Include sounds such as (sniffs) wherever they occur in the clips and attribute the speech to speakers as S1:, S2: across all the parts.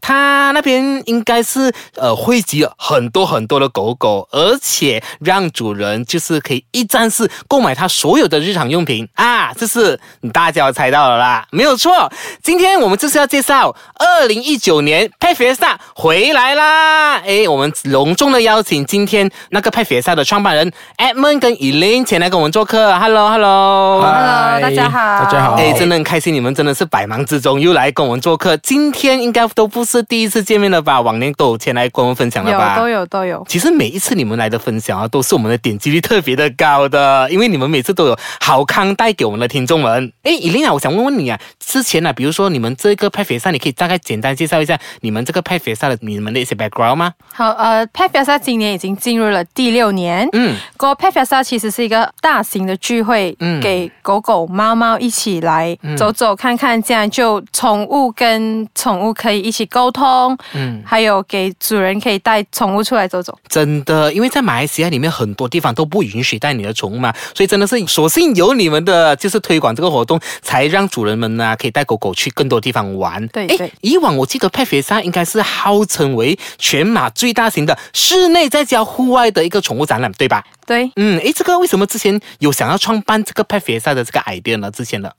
S1: 它那边应该是呃汇集了很多很多的狗狗，而且让主人就是可以一站式购买它所有的日常用品啊，这是大家有猜到了啦，没有错。今天我们就是要介绍二零一九年佩菲萨回来啦！诶，我们隆重的邀请今天那个佩菲萨的创办人 Edmond 跟 Elaine 前来跟我们做客。Hello，Hello，
S2: Hello，大家好
S3: 大家好。
S1: 哎，真的很开心，你们真的是百忙之中又来跟我们做客。今天应该都不是第一次见面了吧？往年都有前来跟我们分享了
S2: 有
S1: 吧？
S2: 都有都有，
S1: 其实每一次你们来的分享啊，都是我们的点击率特别的高的，因为你们每次都有好康带给我们的听众们。哎，伊琳啊，我想问问你啊，之前啊，比如说你们这个派肥萨，你可以大概简单介绍一下你们这个派肥萨的你们的一些 background 吗？
S2: 好，呃 p e p i a s a 今年已经进入了第六年。
S1: 嗯，
S2: g o p e p i a s a 其实是一个大型的聚会，
S1: 嗯
S2: 给狗狗、猫猫一起来走走看看，这样就宠物跟宠物可以一起沟通，
S1: 嗯
S2: 还有给主人可以带宠物出来走走。
S1: 真的，因为在马来西亚里面很多地方都不允许带你的宠物嘛，所以真的是索性有你们的就是推广这个活动，才让主人们呢、可以带狗狗去更多地方玩。
S2: 对
S1: 诶
S2: 对
S1: 以往我记得佩菲莎应该是号称为全马最大型的室内再加户外的一个宠物展览，对吧？
S2: 对，
S1: 嗯，诶，这个为什么之前有想要创办这个佩菲莎的这个 idea 呢？之前的，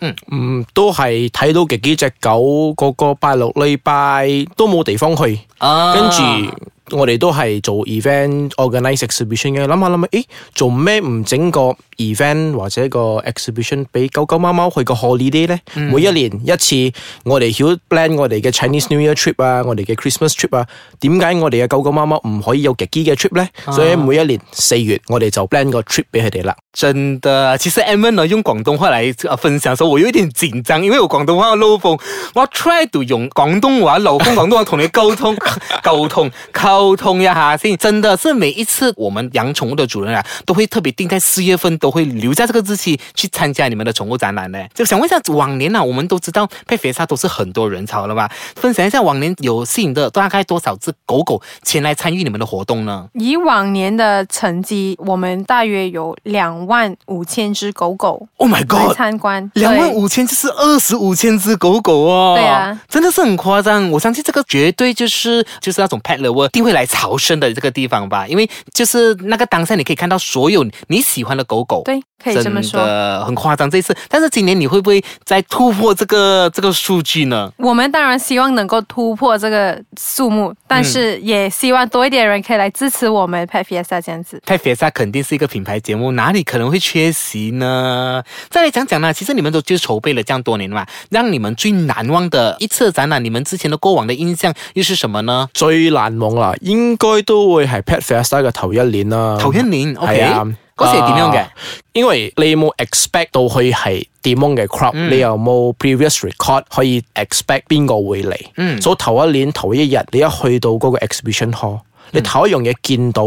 S3: 嗯，都係睇到幾隻狗，個個拜六禮拜都冇地方去，
S1: 啊
S3: 跟住我哋都係做 event organize exhibition 嘅，諗下諗下，咦，做咩唔整個 event 或者個 exhibition 俾狗狗貓貓去個 holiday 咧？每一年一次，我哋曉 plan 我哋嘅 Chinese New Year trip 啊，我哋嘅 Christmas trip 啊，點解我哋嘅狗狗貓貓唔可以有極基嘅 trip 咧？所以每一年四月我哋就 plan 個 trip 俾佢哋啦。
S1: 真的，啊其实 M N 呢用广东话来呃分享的时候，我有一点紧张，因为我广东话漏风，我 try to 用广东话漏风广东话同你沟通 (laughs) 沟通沟通一下先。真的是每一次我们养宠物的主人啊，都会特别定在四月份，都会留在这个日期去参加你们的宠物展览呢。就想问一下，往年啊，我们都知道佩菲莎都是很多人潮了嘛，分享一下往年有吸引的大概多少只狗狗前来参与你们的活动呢？
S2: 以往年的成绩，我们大约有两万五千只狗狗
S1: Oh my
S2: 来
S1: god！
S2: 参观，
S1: 两万
S2: 对
S1: 五千就是二十五千只狗狗哦，
S2: 对啊，
S1: 真的是很夸张。我相信这个绝对就是就是那种 pet lover 一定会来朝圣的这个地方吧，因为就是那个当下你可以看到所有你喜欢的狗狗，，
S2: 对，可以这么说。
S1: 很夸张这一次。但是今年你会不会再突破这个这个数据呢？
S2: 我们当然希望能够突破这个数目，
S1: 嗯
S2: 但是也希望多一点人可以来支持我们 Pet Fiesta 这样子。
S1: 泰菲萨肯定是一个品牌节目，哪里可能会缺席呢？再来讲讲呢，其实你们都就筹备了这样多年了嘛，让你们最难忘的一次展览，你们之前的过往的印象又是什么呢？
S3: 最難忘啦，應該都會係 Pet Fiesta 嘅頭一年啦。
S1: 頭一年，OK
S3: 係啊，
S1: 嗰時係點樣嘅
S3: 啊？因為你冇 expect 到佢係點樣嘅 crop，、
S1: 嗯
S3: 你又冇 previous record 可以 expect 邊個會嚟。
S1: 嗯
S3: 所以頭一年頭一日，你一去到嗰個 exhibition hall。你
S1: 嗯
S3: 頭一樣嘢見到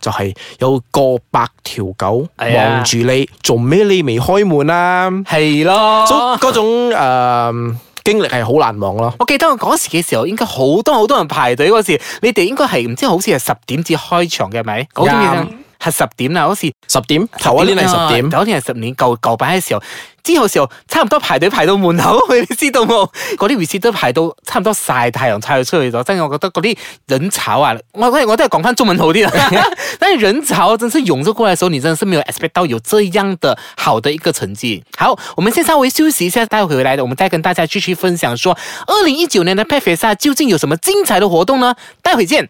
S3: 就係有個百條狗
S1: 係啊
S3: 望住你，做咩你未開門啊？
S1: 系咯
S3: 所以嗰種誒、呃、經歷係好難忘咯。
S1: 我記得我嗰時嘅時候，應該好多好多人排隊嗰時，你哋應該係唔知好似係十點至開場嘅，係咪？九點幾
S3: 啱
S1: 係十點啦，嗰時啊
S3: 十點頭一年係十點，
S1: 九點係十點，舊舊版嘅時候，之後時候差唔多排隊排到門口，你知道冇？ (laughs) 嗰啲 receipt 都排到差唔多晒太陽晒到出去咗，真係我覺得嗰啲人潮啊，我我我都係講翻中文好啲 (laughs) 啦。但係人潮真是湧咗過來的時候，你真的是沒有 expect 到有這樣的好的一個成績。好，我們先稍微休息一下，待會回來的我們再跟大家繼續分享說，二零一九年的 Pet Fiesta 究竟有什麼精彩的活動呢？待會見。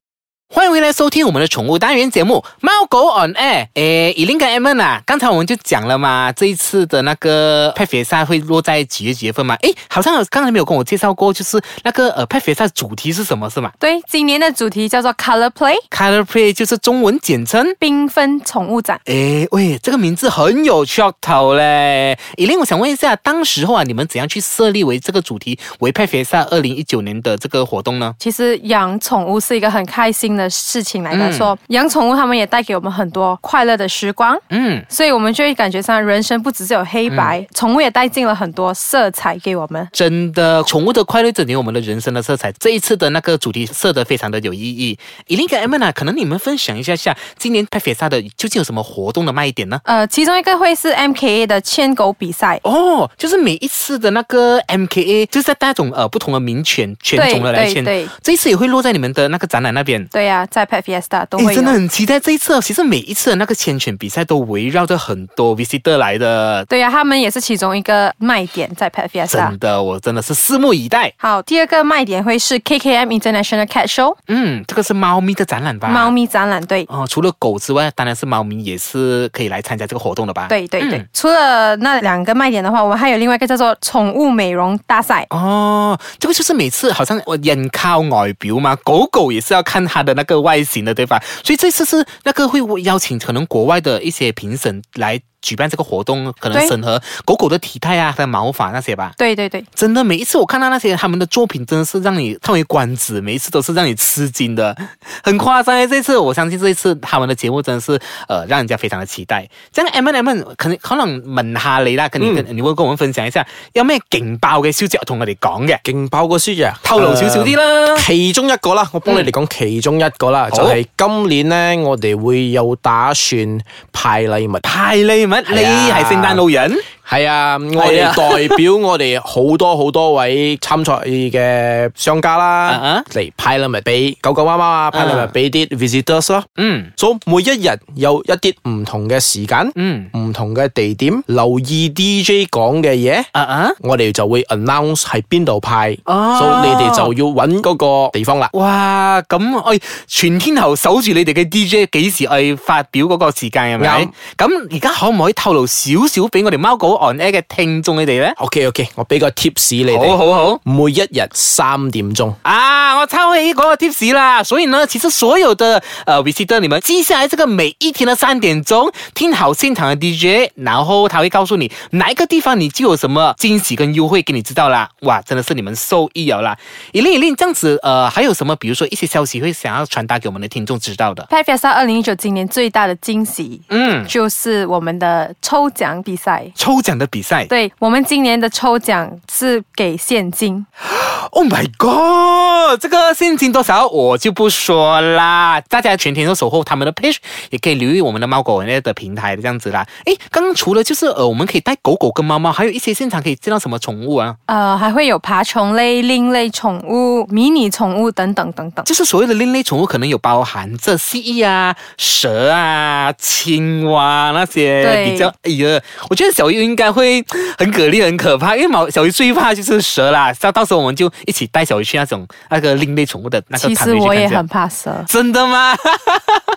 S1: 歡迎回來收聽我們的寵物單元節目《貓狗 on air》。誒，以琳跟 Edmond 啊，剛才我們就講了嘛，這一次的那個 Pet Fiesta 會落在幾月幾月份嘛？誒，好像剛才沒有跟我介紹過，就是那個呃 Pet Fiesta 主題是什麼，是嗎
S2: 对，今年的主題叫做 Color Play，
S1: ？Color Play 就是中文簡稱。
S2: 缤纷寵物展。
S1: 誒，喂，這個名字很有噱頭嘞。以琳，我想問一下，當時候啊，你們怎樣去設立為這個主題為 Pet Fiesta 二零一九年的這個活動呢？
S2: 其實養寵物是一個很開心的事情來的，
S1: 嗯
S2: 說養寵物，他們也帶給我們很多快樂的時光，
S1: 嗯，
S2: 所以我們就會感覺上人生不只是有黑白，寵物也帶進了很多色彩給我们。
S1: 真的，宠物的快乐整理我们的人生的色彩。这一次的那个主题设得非常的有意义。伊琳跟 Emma 可能你们分享一下下，今年 p e f e s a 的究竟有什么活动的卖点呢？
S2: 呃，其中一個會是 MKA 的牵狗比賽。
S1: 哦，就是每一次的那个 MKA，就是在带种呃不同的名犬犬种的来
S2: 对
S1: 签，
S2: 对
S1: 这一次也会落在你们的那个展览那边。
S2: 对呀、在 Pet Fiesta 都
S1: 诶
S2: 会有
S1: 真的。很期待这一次哦。其实每一次的那个牵犬比赛都围绕着很多
S2: 啊
S1: visitor 来的，
S2: 对呀、他们也是其中一个卖点在 Pet Fiesta
S1: 真。的，我真的是拭目以待。
S2: 好，第二个卖点会是 KKM International Cat Show
S1: 嗯，这个是猫咪的展览吧？
S2: 猫咪展览队。
S1: 哦，除了狗之外，当然是猫咪也是可以来参加这个活动的吧？
S2: 对对对，
S1: 嗯
S2: 除了那两个卖点的话，我们还有另外一个叫做宠物美容大赛。
S1: 哦，这个就是每次好像我人靠外表嘛，狗狗也是要看它的那个外形的，对吧？所以这次是那个会邀请可能国外的一些评审来举办这个活动，可能
S2: 对
S1: 审核狗狗的体态啊、它的毛发那些吧。
S2: 对对对，
S1: 真的，每一次我看到那些他们的作品，真的是让你叹为观止，每一次都是让你吃惊的，很夸张诶。这次我相信这一次他们的节目真的是呃让人家非常的期待。这样 M N M 可能可能問下你啦，跟你跟、你會跟我們分享一下，有咩勁爆嘅消息同我哋講嘅，
S3: 勁爆個 s 啊！
S1: 透露少少啲啦。嗯
S3: 其中一個啦，我幫你哋講其中一個啦，就係今年咧，我哋會有打算派禮物。
S1: 派禮物，你係聖誕老人，
S3: 係啊，我哋
S1: 係啊
S3: 代表我哋好多好多位參賽嘅商家
S1: 啊
S3: 啦
S1: 哈，
S3: 嚟派禮物俾狗狗、貓貓啊，派禮
S1: 啊
S3: 物俾啲 visitors 咯。
S1: 嗯
S3: 所以每一日有一啲唔同嘅時間，
S1: 嗯，
S3: 唔同嘅地點，留意 DJ 講嘅嘢。
S1: 啊啊，
S3: 我哋就會 announce 喺邊度派，
S1: 哦
S3: 所以你哋就要揾嗰個地方啦。
S1: 哇，咁我全天候守住你哋嘅 DJ 幾時去發哎表嗰個時間係咪
S3: 啱？
S1: 咁而家可唔可以透露少少俾我哋貓狗 on air 嘅聽眾你哋咧？
S3: OK OK，我俾個 tips 你
S1: 好
S3: 哋，
S1: 好好。
S3: 每一日三點鐘。
S1: 啊，我抄起嗰個 tips 啦，所以呢，其實所有的呃 visitor，你們記下來這個每一天的三點鐘，聽好現場的 DJ，然後他會告訴你哪一個地方你就有什麼驚喜跟優惠給你知道啦。哇，真的是你們受益了啦！以令以令，這樣子呃，還有什麼比如說一些消息會想要傳達給我們的聽眾知道的？
S2: Pet Fiesta 二零一九今年最大的惊喜
S1: 嗯，
S2: 就是我们的抽奖比赛。
S1: 抽獎的比賽
S2: 对我们今年的抽奖是给现金，
S1: ，Oh my God，這個現金多少我就不說啦，大家全天都守候他們的 page，也可以留意我們的貓狗的平台這樣子啦。誒，剛剛除了就是呃，我們可以帶狗狗跟貓貓，還有一些現場可以見到什麼寵物啊？
S2: 呃，还会有爬虫类、另类宠物、迷你宠物等等等等。
S1: 就是所谓的另类宠物，可能有包含这蜥蜴啊、蛇啊、青蛙那些
S2: 对
S1: 比较。哎呀，我觉得小鱼应该会很给力、很可怕，因为毛小鱼最怕就是蛇啦。到到时候我们就一起带小鱼去那种那个另类宠物的那个
S2: 其
S1: 场
S2: 实
S1: 地去
S2: 我
S1: 看一
S2: 也
S1: 下
S2: 很。怕蛇。
S1: 真的吗 (laughs)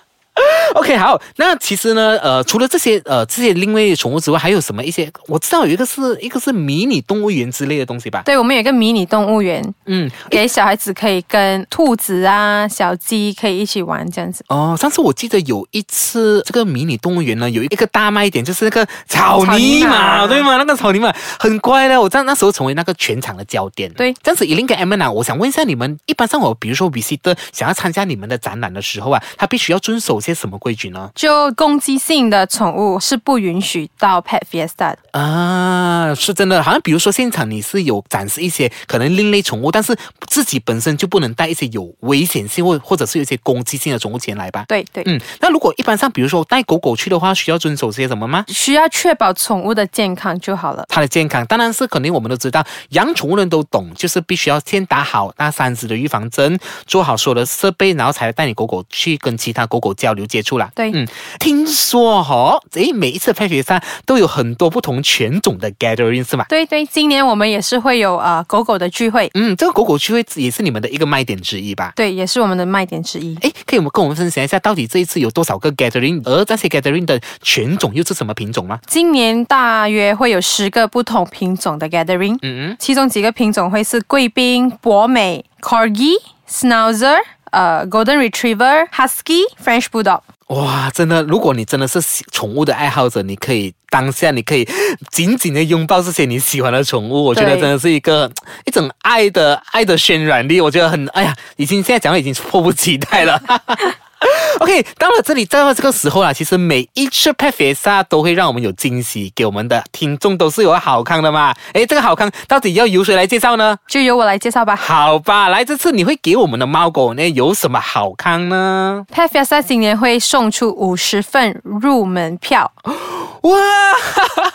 S1: ？OK，好，那其实呢，呃，除了这些呃这些另类宠物之外，还有什么一些？我知道有一个是一个是迷你动物园之类的东西吧？
S2: 对，我们有一个迷你动物园，
S1: 嗯，
S2: 给小孩子可以跟兔子啊、小鸡可以一起玩这样子。
S1: 哦，上次我记得有一次这个迷你动物园呢，有一个大卖点就是那个草泥马，
S2: 草泥马
S1: 对吗？那个草泥马很乖的，我在那时候成为那个全场的焦点。
S2: 对
S1: 这样子，伊琳跟 Emma 呢，我想哦问一下你们，一般上我比如说 visitor 想要参加你们的展览的时候啊，他必须要遵守些什么规矩呢？
S2: 就攻击性的宠物是不允许到 Pet Fiesta 的。
S1: 啊，是真的，好像比如说现场你是有展示一些可能另类宠物，但是自己本身就不能带一些有危险性或或者是有一些攻击性的宠物前来吧？
S2: 对对，
S1: 嗯，那如果一般上比如说带狗狗去的话，需要遵守些什么吗？
S2: 需要确保宠物的健康就好了。
S1: 它的健康当然是肯定我们都知道，养宠物人都懂，就是必须要先打好那三支的预防针，做好所有的设备，然后才带你狗狗去跟其他狗狗交流接触啦。
S2: 对
S1: 嗯，听说哈、哦，诶，每一次派雪山都有很多不同犬种的 gathering 是吗？
S2: 对对，今年我们也是会有呃狗狗的聚会，
S1: 嗯，这个狗狗聚会也是你们的一个卖点之一吧？
S2: 对，也是我们的卖点之一。
S1: 诶，可以我们跟我们分享一下，到底这一次有多少个 gathering，而这些 gathering 的犬种又是什么品种吗？
S2: 今年大约会有十个不同品种的 gathering，
S1: 嗯
S2: 其中几个品种会是贵宾、博美、corgi、schnauzer、呃 golden retriever、husky、French bulldog。
S1: 嗯，哇，真的，如果你真的是喜宠物的爱好者，你可以当下你可以紧紧的拥抱这些你喜欢的宠物，我觉得
S2: 对
S1: 真的是一个 (sniffs) 一种爱的爱的渲染力，我觉得很，哎呀，已经现在讲到已经迫不及待了。OK，到了这里，到了这个时候啦，其实每一次 p e t f e s a 都会让我们有惊喜，给我们的听众都是有好康的嘛。诶，这个好康到底要由谁来介绍呢？
S2: 就由我来介绍吧。
S1: 好吧，来这次你会给我们的猫狗呢有什么好康呢？
S2: Pet Fiesta 今年会送出五十份入门票，
S1: 哇！ (laughs)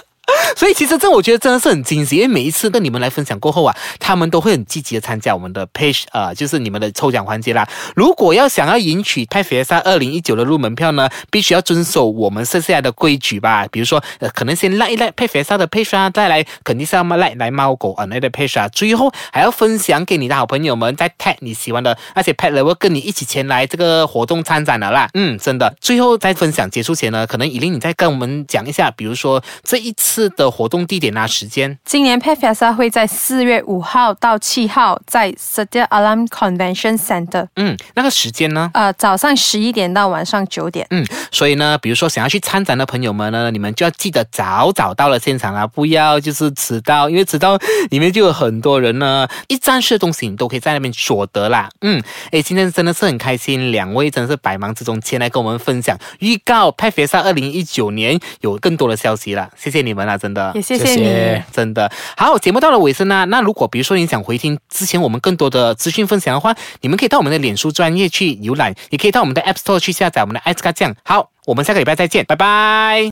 S1: 所以其实这我觉得真的是很惊喜，因为每一次跟你们来分享过后啊，他们都会很积极的参加我们的 page 呃，就是你们的抽奖环节啦。如果要想要赢取 p e t f e s a 二零一九的入门票呢，必须要遵守我们设下来的规矩吧，比如说呃，可能先 like 一 like p e t f e s a 的 page 啊，再来肯定是要 like 来猫狗啊那的 page 啊，最后还要分享给你的好朋友们，再 tag 你喜欢的那些 pet lover 跟你一起前来这个活动参展的啦。嗯，真的。最后在分享结束前呢，可能以令你再跟我们讲一下，比如说这一次的活动地点啊、时间。
S2: 今年 Pet Fiesta 会在四月五号到七号在 s e d i Alam Convention Center，
S1: 嗯，那个时间呢？
S2: 呃，早上十一点到晚上九点。
S1: 嗯，所以呢，比如说想要去参展的朋友们呢，你们就要记得早早到了现场啊，不要就是迟到，因为迟到里面就有很多人呢，一站式的东西你都可以在那边所得啦。嗯，诶，今天真的是很开心，两位真的是百忙之中前来跟我们分享预告派肥萨二零一九年有更多的消息啦，谢谢你们啦，啊真的
S2: 也。谢谢
S3: 谢
S2: 你，
S3: 谢
S1: 真的好，节目到了尾声啦、那如果比如说你想回听之前我们更多的资讯分享的话，你们可以到我们的脸书专业去浏览，也可以到我们的 App Store 去下载我们的 i 斯卡酱。好，我们下个礼拜再见，拜拜。